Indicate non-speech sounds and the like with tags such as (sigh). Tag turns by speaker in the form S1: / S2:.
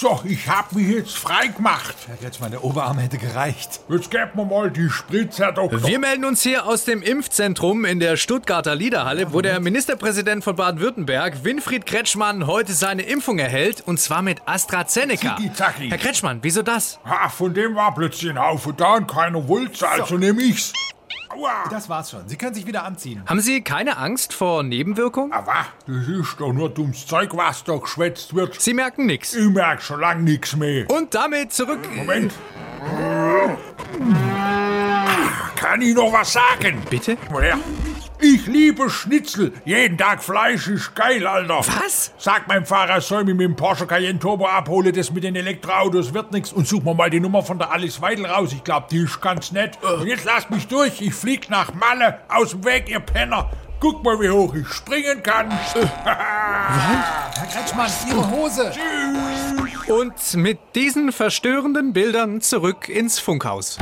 S1: So, ich hab mich jetzt frei gemacht.
S2: Jetzt, meine Oberarm hätte gereicht.
S1: Jetzt gebt mir mal die Spritze, Herr Doktor.
S3: Wir melden uns hier aus dem Impfzentrum in der Stuttgarter Liederhalle, wo der Ministerpräsident von Baden-Württemberg, Winfried Kretschmann, heute seine Impfung erhält, und zwar mit AstraZeneca.
S1: Zicki zacki.
S3: Herr Kretschmann, wieso das?
S1: Ha, von dem war plötzlich ein Haufen da und keiner wollte also nehm ich's. Aua.
S2: Das war's schon. Sie können sich wieder anziehen.
S3: Haben Sie keine Angst vor Nebenwirkungen?
S1: Aber das ist doch nur dummes Zeug, was da geschwätzt wird.
S3: Sie merken nichts.
S1: Ich merk schon lang nix mehr.
S3: Und damit zurück.
S1: Moment. Kann ich noch was sagen?
S3: Bitte?
S1: Mal her. Ich liebe Schnitzel. Jeden Tag Fleisch ist geil, Alter.
S3: Was?
S1: Sag meinem Fahrer, er soll mich mit dem Porsche Cayenne Turbo abholen. Das mit den Elektroautos wird nix. Und such mir mal die Nummer von der Alice Weidel raus. Ich glaub, die ist ganz nett. Und jetzt lasst mich durch. Ich flieg nach Malle. Aus dem Weg, ihr Penner. Guck mal, wie hoch ich springen kann. (laughs)
S2: Herr Kretschmann, Ihre Hose.
S3: Und mit diesen verstörenden Bildern zurück ins Funkhaus.